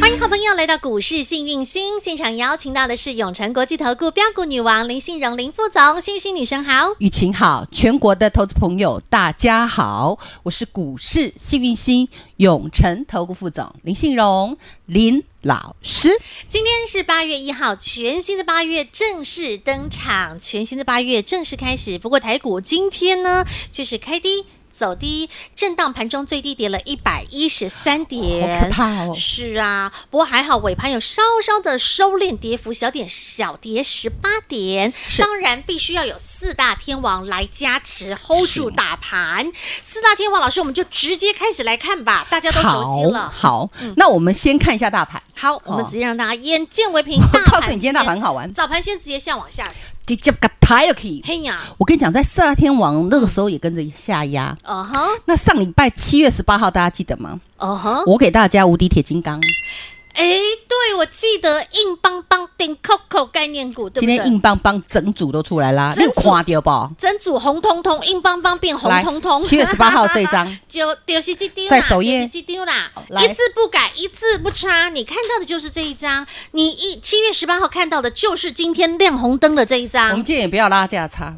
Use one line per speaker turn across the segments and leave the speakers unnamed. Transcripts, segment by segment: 欢迎好朋友来到股市幸运星现场，邀请到的是永诚国际投顾标股女王林信荣林副总，幸运星女神好。
雨晴好，全国的投资朋友大家好，我是股市幸运星永诚投顾副总林信荣林老师。
今天是八月一号，全新的八月正式登场，全新的八月正式开始。不过台股今天呢，却是开低。走低，震荡盘中最低跌了一百一十三点，
好可怕哦
是啊，不过还好尾盘有稍稍的收敛，跌幅小点，小跌十八点。当然必须要有四大天王来加持，hold 住大盘。四大天王老师，我们就直接开始来看吧，大家都熟悉
好
了。嗯
好、那我们先看一下大盘。
好，我们直接让大家眼见 为凭。
我
大盘
告诉你今天大盘很好玩
早盘先直接向往下，
直接个抬了去
嘿呀，
我跟你讲，在四大天王那个时候也跟着下压。
嗯哼，
那上礼拜七月十八号，大家记得吗？
嗯哼，
我给大家无敌铁金刚，
哎，对，我记得硬邦邦顶 Coco 概念股，对不
今
对？
天硬邦邦整组都出来啦，
整
你
组
有看到不？
整组红彤彤，硬邦邦变红
来
彤彤。
7月18号这一张
就就是这张啦，
在首页
这张啦，
来
一字不改，一字不差。你看到的就是这一张，你一七月十八号看到的就是今天亮红灯的这一
我们
张，
今天也不要拉 价差，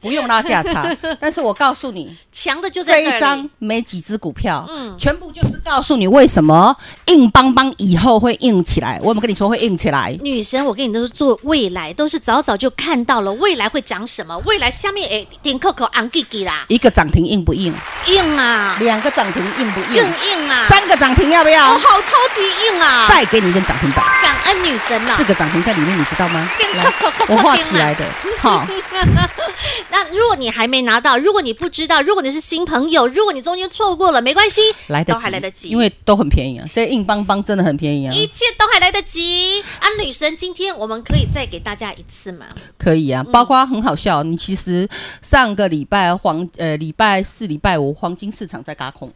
不用拉价差。但是我告诉你，
强的就在
这
这
一
里
张没几只股票，
嗯
全部就是告诉你为什么硬邦邦以后会硬起来。我有没有跟你说会硬起来？
女神，我跟你都是做未来，都是早早就看到了未来会长什么，未来下面诶点扣扣昂叽叽啦，
一个涨停硬不硬？
硬啊，
两个涨停硬不
更
硬？
硬啊，
嗯三个涨停要不
哦
要？
好超级硬啊，
再给你一根涨停板，
感恩女神啊呐、
四个涨停在里面，你知道吗
更？
来
扣扣扣，扣啊
我画
更
起来的。好，
那如果你还没拿到，如果你不知道，如果你是新朋友，如果你中间错过了，没关系，
来
都
得
还
及，
来得及，
因为都很便宜啊。这硬邦邦真的很便宜啊，
一切都还来得及。啊，女神，今天我们可以再给大家一次吗？
可以
嗯
啊。包括很好笑，你其实上个礼拜黄呃礼拜四、礼拜五黄金市场在嘎空。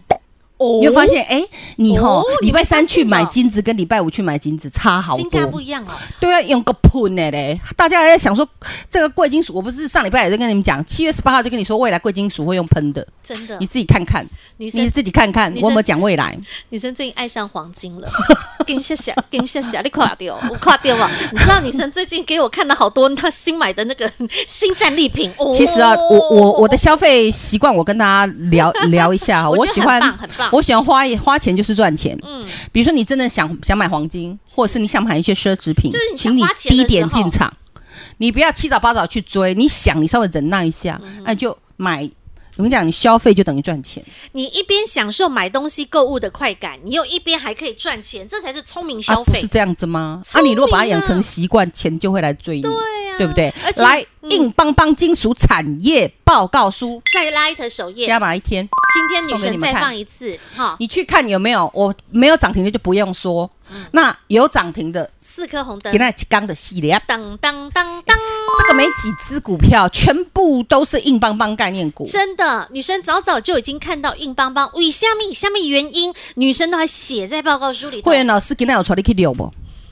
哦
你会发现，哎、你吼
哦你
礼
会
拜
发现
三去买
哦
金子，跟礼拜五去买金子差好
金价不
多。
一样哦，
对啊，用个喷的嘞！大家还在想说，这个贵金属，我不是上礼拜也在跟你们讲，七月十八号就跟你说，未来贵金属会用喷的，
真的
你。自己看看，
嗯女
你
生，
自己看看，
女生
我有没有讲未来？
女生最近爱上黄金 了，跟下下，跟下下，你垮掉，我垮掉啊！你知道女生最近给我看了好多她新买的那个 新战利品。哦
其实啊，我我我的消费习惯，我跟大家 聊聊一下哈，
我
我
觉
喜
得很
欢
棒，很棒。
我喜欢花花钱就是赚钱，
嗯，
比如说你真的想想买黄金，或者是你想买一些奢侈品，
就是你想
请你
花钱的
低点
时候嗯
进场，你不要七早八早去追，你想你稍微忍耐一下，那、你就买。我跟你讲，你消费就等于赚钱，
你一边享受买东西购物的快感，你又一边还可以赚钱，这才是聪明
啊
消，
不
费。
是这样子吗？
聪
啊，
明啊
你如果把它养成习惯，钱就会来追你，
对啊
不对
而？且
来，
嗯
硬邦邦金属产业报告书，
再拉一头首页，
加码一天，
今天女
送给
神
你们
再
看
放一次，哈，
你去看有没有？我没有涨停的就不用说，
嗯
那有涨停的，
四颗红灯
给，那几缸的系列，啊
当当当当，
这个没几只股票，全部都是硬邦邦概念股。
真的，女神早早就已经看到硬邦邦，为虾米虾米原因，女神都还写在报告书里头。
会员老师今天有传你去溜不？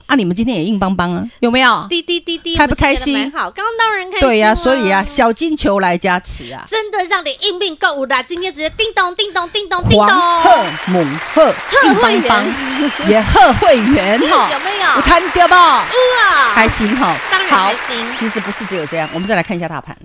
啊，你们今天也硬邦邦啊，有没有？
滴滴滴滴，
开不开心
我们写得蛮好，刚刚当然开心、
对呀、所以啊，。小金球来加持啊，
真的让你应命购物啦！今天直接叮咚叮咚叮咚叮咚，
狂贺猛贺硬邦邦，也贺会员哈，
有没有
有贪掉吧？
哇！
开心哈，
当然
好
开心
其实不是只有这样，我们再来看一下大盘。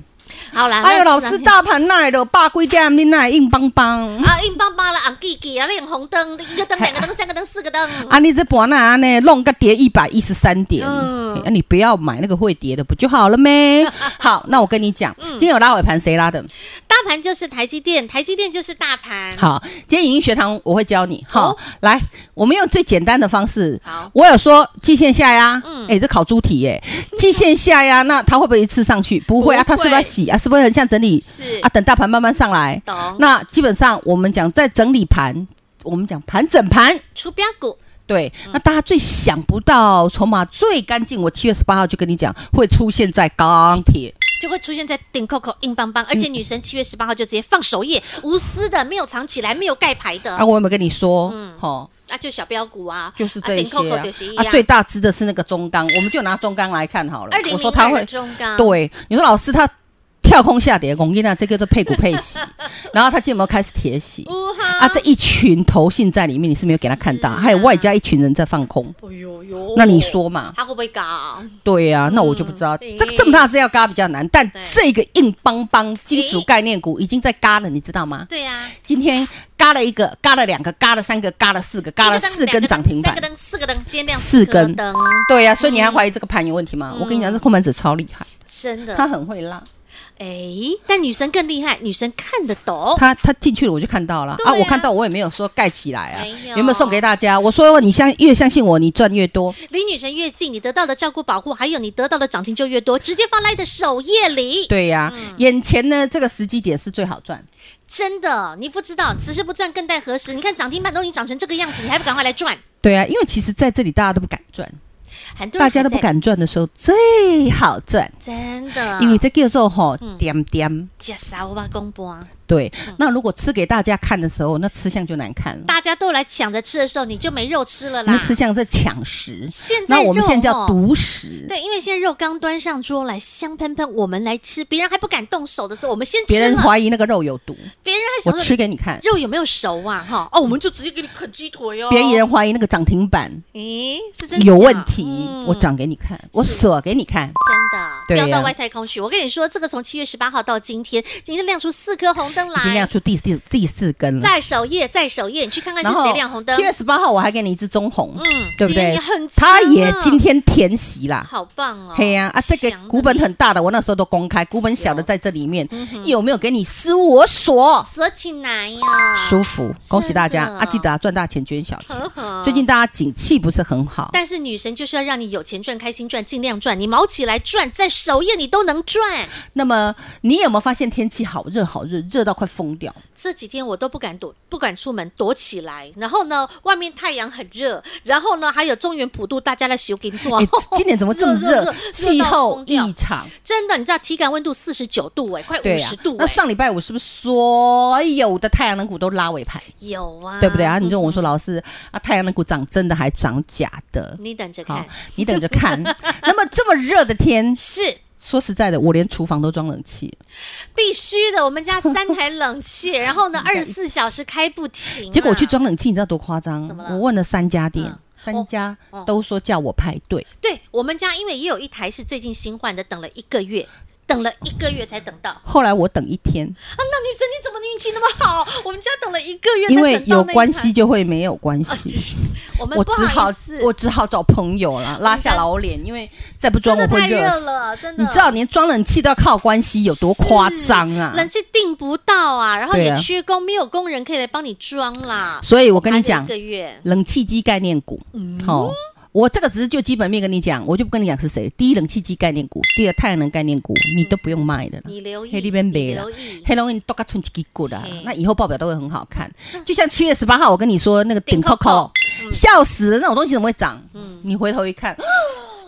好啦，
哎呦，
那
老师，大盘奈了，八龟点你奈硬邦邦。
啊，硬邦邦了，昂叽叽啊，亮红灯，一个灯、两个灯、三个灯、四个灯，
啊，你这盘那呢，弄个跌一百一十三点，
嗯
哎啊，你不要买那个会跌的不就好 了咩？好，那我跟你
嗯
讲，今天有拉尾盘，谁拉的？
大盘就是台积电，台积电就是大盘。，
好，今天影音学堂我会教你哈、
哦
来，我们用最简单的方式。
好
我有说季线下呀，
嗯
嗯，哎、这考猪题 耶、季线下呀，那它会不会一次上去？不会啊，
不会
它是不是要洗啊？是不是很像整理
是
啊？等大盘慢慢上来，
懂。
那基本上我们讲在整理盘，我们讲盘整盘，
出标股
对，那大家最想不到筹码最干净，我七月十八号就跟你讲会出现在钢铁。
就会出现在顶扣扣硬
嗯
邦邦，而且女神七月十八号就直接放首页，无私的，没有藏起来，没有盖牌的，
啊，
啊，
我有没有跟你说？哦，
就小标股嗯啊，
就是这
顶扣
些
扣
啊
就是一
啊
样。
最大只的是那个中钢，我们就拿中钢来看好了
二零。
我
零
说它
二
会
的，中钢，
对，你说老师他跳空下跌，龚英娜这个叫做配股配息，然后他今天有没有开始铁洗？
呜哈，
啊，这一群投信在里面，你是没有给他看到，
是啊
还有外加一群人在放空。
哎呦呦，
那你说啊嘛？
他会不会搞？
对呀、那我就不知道，
对
这个这么大只要嘎比较难，但
嗯对
这个硬邦邦金属
诶
概念股已经在嘎了，你知道吗？
对呀、啊，
今天嘎了一个，嘎了两个，嘎了三个，嘎了四个，嘎了
一个灯
四根涨停
两
板
个。灯三个灯，四个灯，今天亮
四根
灯，
对呀、所以你还怀疑这个盘有问题
嗯
吗？我跟你讲，这控盘者超厉害，
真的
他，很会拉，
哎，但女神更厉害，女神看得懂，
他他进去了我就看到了
哦对
啊，
啊
我看到我也没有说盖起来啊
没有，
有没有送给大家？我说你相越相信我，你赚越多。
离女神越近，你得到的照顾保护，还有你得到的涨停就越多，直接放在你的首页里。
对呀、眼前呢这个时机点是最好赚。
真的，你不知道，此时不赚更待何时？你看涨停板都已经涨成这个样子，你还不赶快来赚？
对啊，因为其实在这里大家都不敢赚，
很多人
大家都
还在
不，敢赚的时候最好赚，
真的，
因为这叫做吼
嗯
点点。
假啥我把公布啊，
对，那如果吃给大家看的时候，那吃相就难看了。
大家都来抢着吃的时候，你就没肉吃了
我
啦
们。吃相在抢食，
现在
那我们
肉
现在叫
哦
独食。
对，因为现在肉刚端上桌来，香喷喷，我们来吃，别人还不敢动手的时候，我们先吃
别人
了。
怀疑那个肉有毒，
别人还
我
想
吃
说
给你看；
肉有没有熟啊？哈，哦，我们就直接给你啃鸡腿哦。
别人怀疑那个涨停板
咦，是真的
有
假
问题
嗯，
我涨给你看，我锁给你看。
真的不
对
要到
呀
外太空去。我跟你说，这个从七月十八号到今天，今天亮出四颗红灯
已经亮
来，
出第第第四根了，
在首页，在首页，你去看看是谁亮红灯
七。月十八号我还给你一支棕红，
嗯
对不
今天
对
也很？强啊
它也今天填息啦。
好棒哦！
嘿呀、啊，这个
强的嗯
股本
你
很大的，我那时候都公开，股本小的在这里面，有没有给你私我锁？
锁起来呀，
舒服，恭喜大家
啊真的
啊！记得啊，赚大钱捐小钱。
呵呵
最近大家景气不是很好，
但是女神就是要让你有钱赚、开心赚、尽量赚，你毛起来赚，在首页你都能赚。
那么你有没有发现天气好热好热，热到快疯掉？
这几天我都不敢躲，不敢出门躲起来。然后呢，外面太阳很热，然后呢，还有中原普渡，大家来修给做
哎。，今年怎么这么
热热热
热？气
热到
候
疯掉
异常，
真的，你知道体感温度四十九度哎、快五
对呀、啊
十度哎、
那上礼拜五是不是所有的太阳能股都拉尾盘，
有啊，
对不对啊？你就问我说，老师啊，太阳能股涨真的还涨假的？
你等着
好
看，，
你等着看。 那么这么热的天，
是
说实在的，我连厨房都装冷气，
必须的。我们家三台冷气，然后 呢，二十四小时开不停啊、
结果我去装冷气，你知道多夸张
怎么？了
我问了三家店
嗯，
三家
哦哦
都说叫我排队。
对我们家，因为也有一台是最近新换的，等了一个月，等了一个月才等到。
后来我等一天，
啊，那女生你怎么运气那么好？我们家等了一个月才
因
等到那一
为
台，
有关系就会没有 关系，
我们
我
不
只好
意思哦
我只好找朋友了，拉下老脸，因为再不装我
真的
会
太
热
热
死。
了，真的。
你知道，连装冷气都要靠关系，有多夸张啊！
冷气订不到啊，然后
对
也
啊
缺工，没有工人可以来帮你装啦。
所以我跟你
还
讲
得，一个月，嗯
冷气机概念股，好、我这个只是就基本面跟你讲，我就不跟你讲是谁。第一，冷气机概念股；第二，太阳能概念股，你都不用卖的了。
你留意，
黑里边
你
白了
留意，
黑龙江都个存一支骨啦
嘿，
那以后报表都会很好看。就像七月十八号，我跟你说那个
顶
顶
扣嗯
Coco，
扣
笑死了，那种东西怎么会涨？你回头一看，哦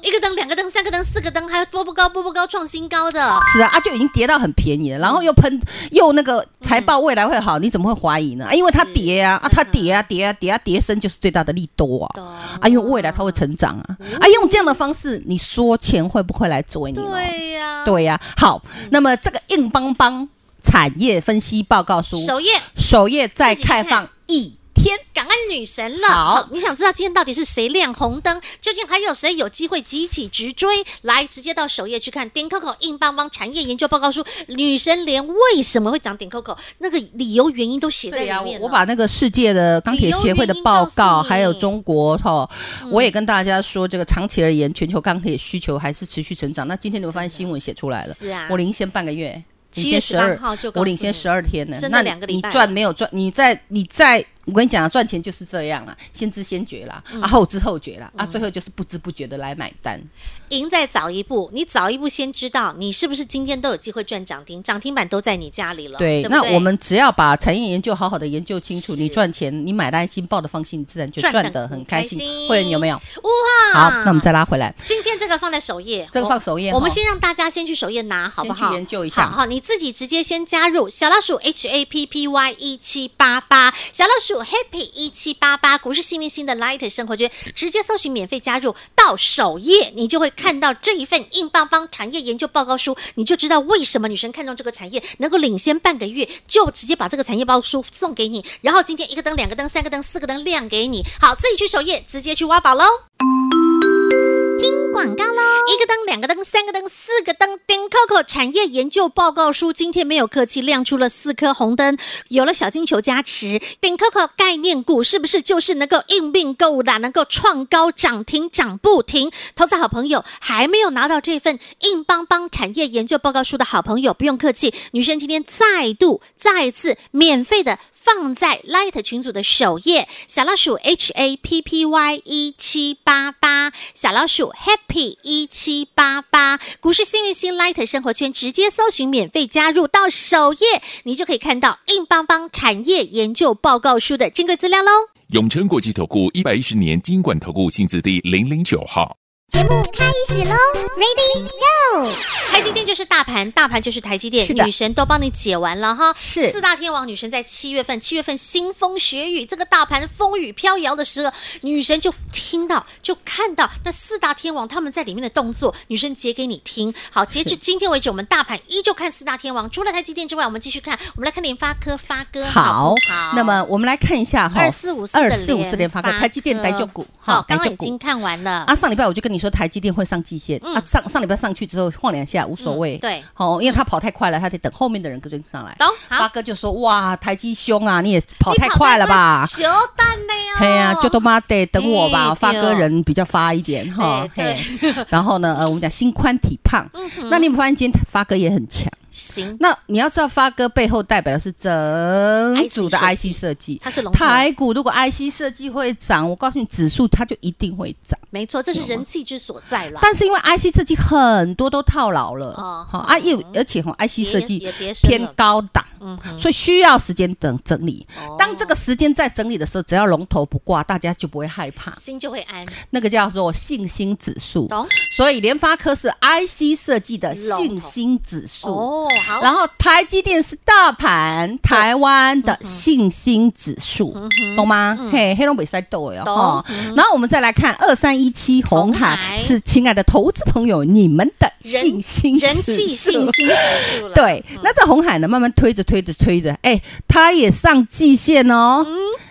一个灯、两个灯、三个灯、四个灯，还有波波高、波波高创新高的，
是啊，啊就已经跌到很便
嗯
宜了，然后又喷又那个财报未来会好，你怎么会怀疑呢？啊，因为它跌啊，啊它跌啊跌啊跌啊跌升就是最大的利多啊。
嗯懂哦
啊，因为未来它会成长啊！啊，用这样的方式，你说钱会不会来追你呢？
对啊嗯呀，
对呀、好，那么这个硬邦邦产业分析报告书
首页
首页再开放一天，
感恩女神了。
好
你想知道今天到底是谁亮红灯？究竟还有谁有机会急起直追？来，直接到首页去看点 Coco 硬邦邦产业研究报告书，女神连为什么会涨点 Coco 那个理由原因都写在里面
我
了。
我把那个世界的钢铁协会的报
理由原因告
告，
诉你嗯
还有中国哈、我也跟大家说，这个长期而言，全球钢铁需求还是持续成长。那今天你会发现新闻写出来了，
是啊
我领先半个月。
7月
领先12
18号就告诉你
我领先十二天呢，
真的
那你
两个礼拜
你赚没有赚？你在你在我跟你讲啊，赚钱就是这样啦，先知先觉啦，
嗯
啊后知后觉啦，啊最后就是不知不觉的来买单。
赢在早一步，你早一步先知道你是不是今天都有机会赚涨停，涨停板都在你家里了。
对，
啊不
那我们只要把产业研究好好的研究清楚，你赚钱，你买的安心，抱的放心，你自然就
赚得
赚得很
很
开
开
心。
心
会员有没有？
哇，
好，那我们再拉回来。
今天这个放在首页，
这个放首页
我我们
哈
先让大家先去首页拿，好不好？
先去研究一下
好好，你自己直接先加入小老鼠 H A P P Y 一七八八，小老鼠 Happy 一七八八，股市幸运星的 Light 生活圈，直接搜寻免费加入到首页，你就会看到这一份硬邦邦产业研究报告书，你就知道为什么女生看中这个产业，能够领先半个月就直接把这个产业报告书送给你，然后今天一个灯、两个灯、三个灯、四个灯亮给你，好，自己去首页直接去挖宝喽。广告喽！一个灯、两个灯、三个灯、四个灯，叮 Coco 产业研究报告书今天没有客气，亮出了四颗红灯。有了小金球加持，叮 Coco 概念股是不是就是能够应并购啦，能够创高涨停涨不停？投资好朋友还没有拿到这份硬邦邦产业研究报告书的好朋友，不用客气，女生今天再度再一次免费的放在 Light 群组的首页，小老鼠 H A P P Y 一七八八，小老鼠 Happy 一七八八，股市幸运星 Light 生活圈直接搜寻免费加入到首页，你就可以看到硬邦邦产业研究报告书的珍贵资料喽。
永诚国际投顾一百一十年金管投顾新字第零零九号。
台积电就是大盘，大盘就是台积电，
是的
女神都帮你解完了哈。
是
四大天王女神在七月份，七月份腥风血雨，这个大盘风雨飘摇的时候，女神就听到，就看到那四大天王他们在里面的动作，女神截给你听。好，截至今天为止，我们大盘依旧看四大天王，除了台积电之外，我们继续看，我们来看联发科，发哥
好
不好，
那么我们来看一下哈，
二四五四
二四五四联发科，
科
台积电白就股，
好，
白
刚刚
就
已经
股。
看完了
啊，上礼拜我就跟你说台积电会上季线，
嗯
啊上上礼拜上去之后晃两下无所谓，
嗯对
好，因为他跑太快了，他得等后面的人跟着上来。
懂
发
好，
哥就说哇，台积凶啊，你也跑
你
太快了吧？
球蛋了哟，
嘿呀，就都妈得等我吧，
哎
发哥
对哦
人比较发一点哈。
对嗯
嘿，然后呢，呃，我们讲心宽体胖，那你有没有发现今天发哥也很强？
行，
那你要知道，发哥背后代表的是整组的
IC
IC 设计，
它是龙头
台股如果 IC 设计会涨，我告诉你，指数它就一定会涨。
没错，这是人气之所在啦。
但是因为 IC 设计很多都套牢了，
哦
好啊，又而且哈 IC 设
也
计
也别升了
偏高档，
嗯哼，
所以需要时间等整理
哦。
当这个时间在整理的时候，只要龙头不挂，大家就不会害怕，
心就会安，
那个叫做信心指数。
懂？
所以联发科是 IC 设计的
龙头
信心指数。
哦，好，
然后台积电是大盘台湾的信心指数，懂吗？嘿，黑龙北赛斗哟
嗯懂嗯
哈。然后我们再来看二三一七红
红
海，
海
是亲爱的投资朋友你们的
人
信心
人
指
气
数
信心指数了，嗯
对，那这红海呢，慢慢推着推着推着，哎，它也上季线哦。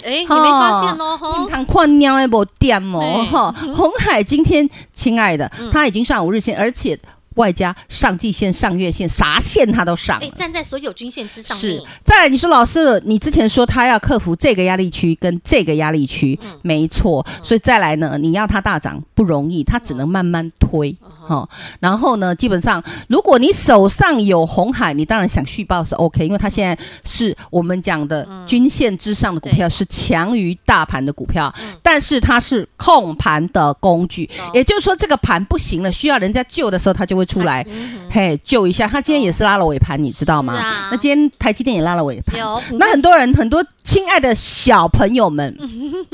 哎，你没发现哦？
你们
吼
看矿尿那波点哦
对
哈。红海今天，亲爱的，
嗯
它已经上五日线，而且外加上季线、上月线，啥线它都上了
哎，。站在所有均线之上
是
面，，
再来你说老师，你之前说他要克服这个压力区跟这个压力区，
嗯
没错，所以再来呢，你要它大涨不容易，它只能慢慢推，
嗯
哦。然后呢，基本上如果你手上有红海，你当然想续报是 OK，因为它现在是我们讲的
嗯
均线之上的股票是强于大盘的股票，
嗯
但是它是控盘的工具，
哦
也就是说这个盘不行了，需要人家救的时候，它就会出
嗯
来，嘿，救一下。它今天也是拉了尾盘，你知道吗？
是啊
那今天台积电也拉了尾
嗯
盘。
有
那很多人，很多亲爱的小朋友们、
嗯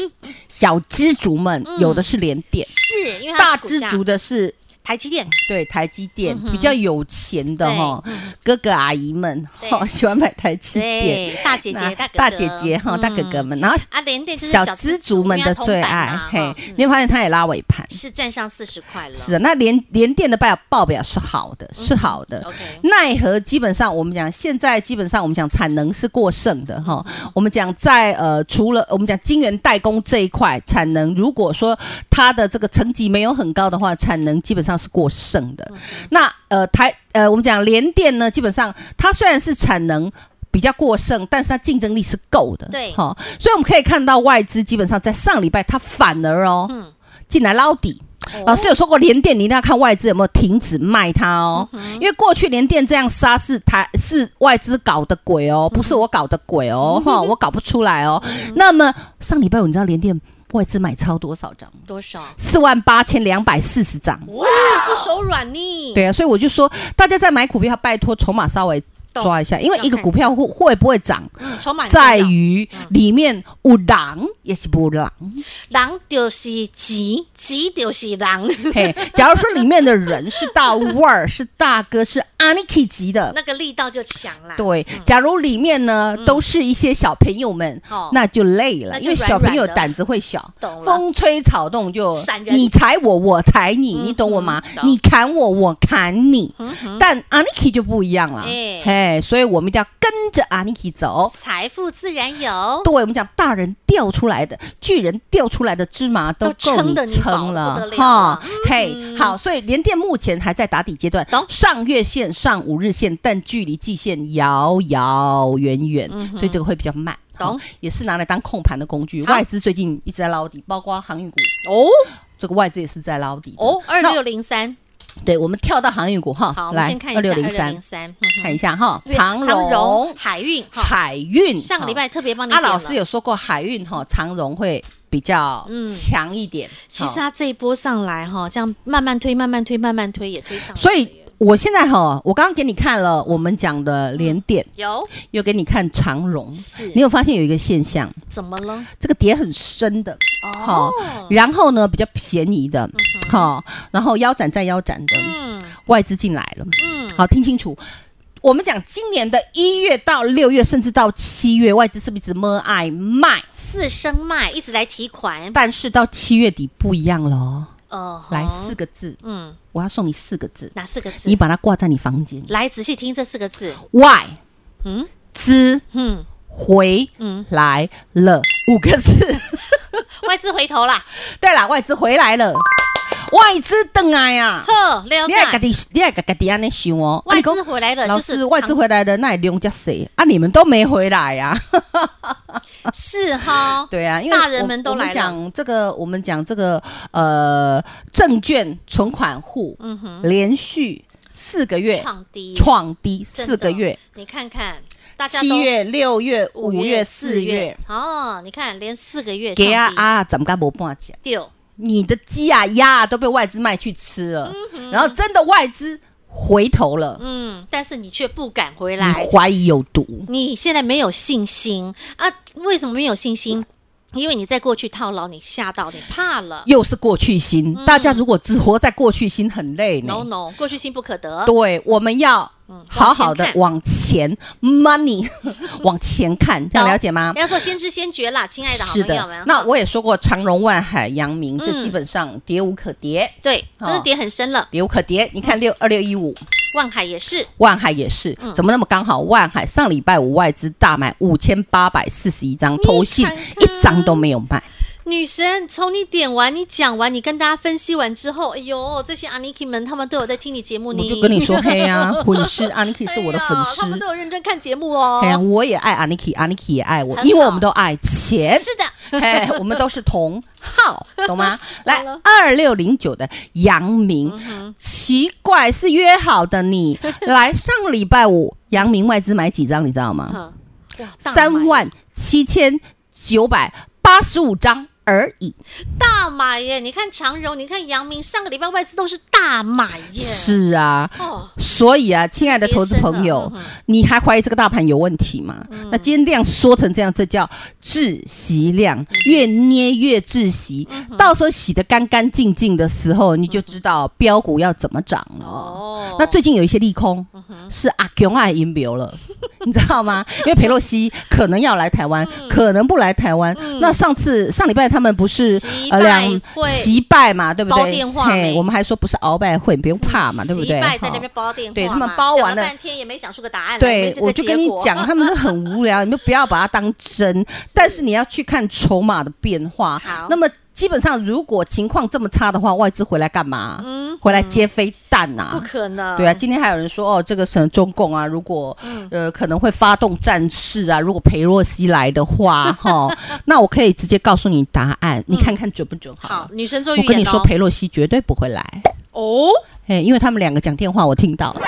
小知足们，有的是连电，
是因为它
大
的股
知
价
足的是
台积电
对台积电，比较有钱的
对嗯
哈，哥哥阿姨们
对
哈喜欢买台积电，
对大姐
那
姐大哥哥
大姐姐哈大哥哥
嗯
们，然后
啊，连电就是
小资族们的最爱，嘿
嘿，，
你会发现它也拉尾盘。
是站上四十块了，
是啊的，那联联电的报报表是好的，
嗯
是好的。
OK，
奈何基本上我们讲，现在基本上我们讲产能是过剩的哈。我们讲在呃，除了我们讲晶圆代工这一块，产能如果说它的这个层级没有很高的话，产能基本上是过剩的。那呃台呃，我们讲联电呢，基本上它虽然是产能。比较过剩，但是它竞争力是够的，
对嗯
哈，所以我们可以看到外资基本上在上礼拜它反而哦，进来捞底，老师有说过，联电你一定要看外资有没有停止卖它哦，
嗯
因为过去联电这样杀是台是外资搞的鬼
嗯
哦，不是我搞的鬼哦，哈，我搞不出来哦。那么上礼拜五你知道联电外资买超多少张？
多少？
四万八千两百四十张。
哇，不手软呢。
对啊，所以我就说，大家在买股票，拜托筹码稍微抓一下，因为一个
要看一下
股票会会不会涨，
嗯，筹码
在于
嗯
里面有狼也是不 狼。
狼就是急，急就是狼，
嘿，假如说里面的人是大腕儿，是大哥，是阿尼基级的。
那个嗯力道就强啦。
对，假如里面呢、都是一些小朋友们，
哦
那就累了，
那就
因为
软
小朋
软
友
的
胆子会小
懂，了
风吹草动就
闪人嗯
你踩我，我踩你，你懂我吗？
懂
你砍我，我砍你。
嗯哼，
但阿尼基就不一样了，
哎
嘿，所以我们一定要跟着阿尼基走。
财富自然有，
对，我们讲大人掉出来的，巨人掉出来的芝麻都
都
够
撑
你
得你饱
撑
得
了
不得了啊
嘿，好，所以联电目前还在打底阶段
懂，
上月线、上五日线，但距离季线遥遥远远，所以这个会比较慢。
嗯懂
好也是拿来当控盘的工具。
好
外资最近一直在捞底，包括航运股，
哦
这个外资也是在捞底的。
哦，二
那
六零三，
对，我们跳到航运股
好，
哈，
我们
来
先看一下
二六
二
零
六
三
零，三，嗯
看一下哈，
对
长
长
荣
荣、海运哈，
海运，
上个礼拜特别帮你
阿
点了
啊老师有说过，海运哈长荣会比较
嗯
强一点。
其实啊
哈，
它这一波上来哈，这样慢慢推，慢慢推，慢慢推也推上来了耶，
所以我现在哈，我刚刚给你看了我们讲的连点，
有
又给你看长荣，
嗯是
你有发现有一个现象，
怎么了？
这个跌很深的，
哦
好，然后呢比较便宜的，好，然后腰斩再腰斩的，
嗯
外资进来了。
嗯，
好，听清楚。我们讲今年的一月到六月，甚至到七月，外资是不是一直摸爱卖？
四声脉一直来提款，
但是到七月底不一样了哦，
哦，
来四，个字，
嗯，
我要送你四个字，
哪四个字？
你把它挂在你房间。
来仔细听这四个字，
外
嗯
资
嗯，
回来了五个字。
外资回头啦，
对啦，外资回来了，外资等来呀、啊。
呵，了
你也家
解。
己，你也家家己安尼想哦。啊
外
你讲
资回来了，
老
就是
师，外资回来的那也用加谁啊？你们都没回来呀、
是哈，
对啊，因为
大人
我
们都来了
我们讲这个，我们讲这个呃，证券存款户，
嗯哼，
连续四个月
创低，
创低
真
四个
的
月，，
你看看，大家都
七月、六月、五月、四月，，
哦，你看连四个月
给啊
创低
啊，怎么该没半讲？
丢，
你的鸡啊鸭啊都被外资卖去吃了，然后真的外资回头了，
嗯，但是你却不敢回
你
来，
怀疑有毒，
你现在没有信心啊？为什么没有信心？因为你在过去套牢，你吓到，你怕了。
又是过去心。
嗯
大家如果只活在过去心，很累呢。
No no，过去心不可得。
对，我们要好好的
嗯
往
往
前 money 往前看，这样了解吗？
要做先知先觉啦，亲爱的好
啊是
朋友
的
们。，
那
哈
我也说过，长荣、万海、阳明，这
嗯
基本上跌无可跌，
对，
哦
真是跌很深了。
跌无可跌。你看六二六一五，
万海也是，
万海也是，
嗯
怎么那么刚好？万海上礼拜五外资大买五千八百四十一张，投信
看嗯看
一张都没有卖。
女神从你点完、你讲完、你跟大家分析完之后，哎呦，这些阿尼 i 们他们都有在听你节目，
我
你
就跟你说，嘿呀，粉丝 Aniki 是我的粉
哎呀他们
丝哎
都，有认真看节目哦。
嘿呀，我也爱 Aniki，Aniki 也爱我，
很好
因为我们都爱钱，
是的，
嘿，我们都是同号，懂 吗？来
了，嗯
二六零九的杨明，奇怪，是约好 的你来上礼拜五，杨明外资买几张，你知道吗？
嗯，哇大买
三万七千九百八十五张而已。
大买耶！你看长荣，你看阳明，上个礼拜外资都是大买耶。
是啊，
哦，
所以啊，亲爱的投资朋友
跌深了嗯，
你还怀疑这个大盘有问题吗？那今天量缩成这样，这叫窒息量，越捏越窒息。到时候洗得干干净净的时候，你就知道标股要怎么涨了。
哦，
那最近有一些利空，
嗯
是阿琼爱银流了， 你知道吗？因为佩洛西可能要来台湾，
嗯
可能不来台湾。那上次上礼拜他们不是
惜
呃
败
两
嗯会
惜败嘛，对不
煲
对？
电话
嘿
没
我们还说不是鳌拜会，你不用怕嘛，对不对？
击败在
哈
那边包电话嘛，
对他们包完了
讲半天也没讲出个答案来，也没
对，
这个
我就跟你
结果
讲，他们是很无聊，你 就不要把它当真。但是你要去看筹码的变化
好。
那么基本上，如果情况这么差的话，外资回来干嘛？嗯，回来接飞弹呐、
不可能。
对啊，今天还有人说哦，这个是中共啊，如果、
嗯
呃可能会发动战事啊，如果裴洛西来 的话，哈，那我可以直接告诉你答案，你看看准不准好了
嗯好，女神做预
我
言、哦、
跟你说，裴洛西绝对不会来，
哦，
哎，因为他们两个讲电话，我 听到了。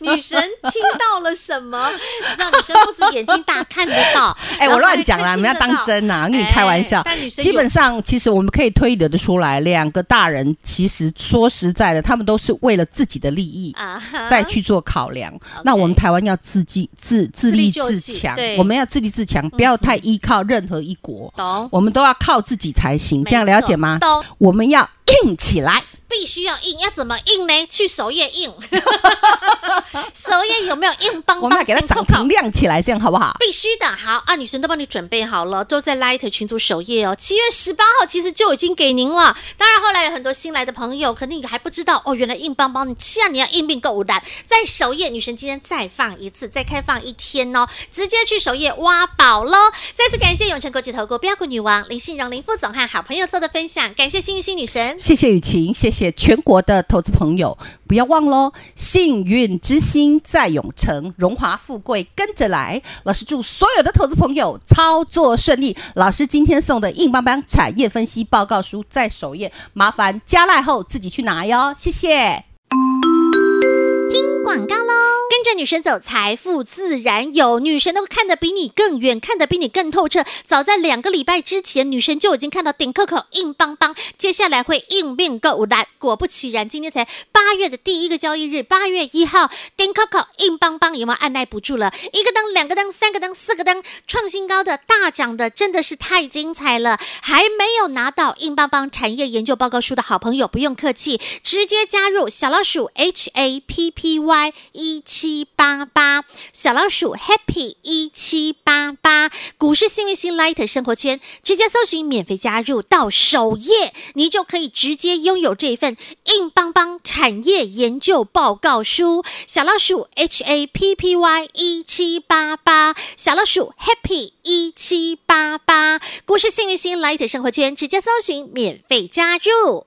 女神听到了什么？你知道，女生不止眼睛大看得到，
哎，我乱讲啦，
你
你们要当真呐、跟你开玩笑。
哎但女生
基
有
本上，其实我们可以推理的出来，两个大人其实说实在的，他们都是为了自己的利益。
啊哈，
再去做考量。那我们台湾要自己自
自
自
力
立
救
自
济
强
对，
我们要自立自强，不要太依靠任何一国，
懂，
我们都要靠自己才行。这样了解吗
没？错懂，
我们要硬起来。
必须要硬，要怎么硬呢？去首页 硬，首页有没有硬邦邦？
我们要给它涨停亮起来，这样好不好？
必须的，好啊，女神都帮你准备好了，都在 Light 群组首页哦。七月十八号其实就已经给您了，当然后来有很多新来的朋友，肯定还不知道哦，原来硬邦邦，你现在你要硬并购物的，在首页，女神今天再放一次，再开放一天哦，直接去首页挖宝喽。再次感谢永诚国际投顾标股女王林信荣林副总和好朋友做的分享，感谢幸运星女神。
谢谢雨晴，谢谢全国的投资朋友，不要忘喽！幸运之星在永城，荣华富贵跟着来。老师祝所有的投资朋友操作顺利。老师今天送的硬邦邦产业分析报告书在首页，麻烦加赖后自己去拿哟，谢谢。
广告喽。跟着女神走，财富自然有。女神都看得比你更远，看得比你更透彻。早在两个礼拜之前，女神就已经看到顶扣扣硬邦邦，接下来会硬并购物来。果不其然，今天才八月的第一个交易日，八月一号，顶扣扣硬邦邦有没有按耐不住了？一个灯，两个灯，三个灯，四个灯，创新高的大涨的，真的是太精彩了！还没有拿到硬邦邦产业研究报告书的好朋友，不用客气，直接加入小老鼠 H A P P Y 一七八八，小老鼠 Happy 一七八八，股市幸运星 Light 生活圈，直接搜寻免费加入到首页，你就可以直接拥有这份硬邦邦产业研究报告书。小老鼠 H A P P Y 一七八八，小老鼠 Happy 一七八八，股市幸运星 Light 生活圈，直接搜寻免费加入。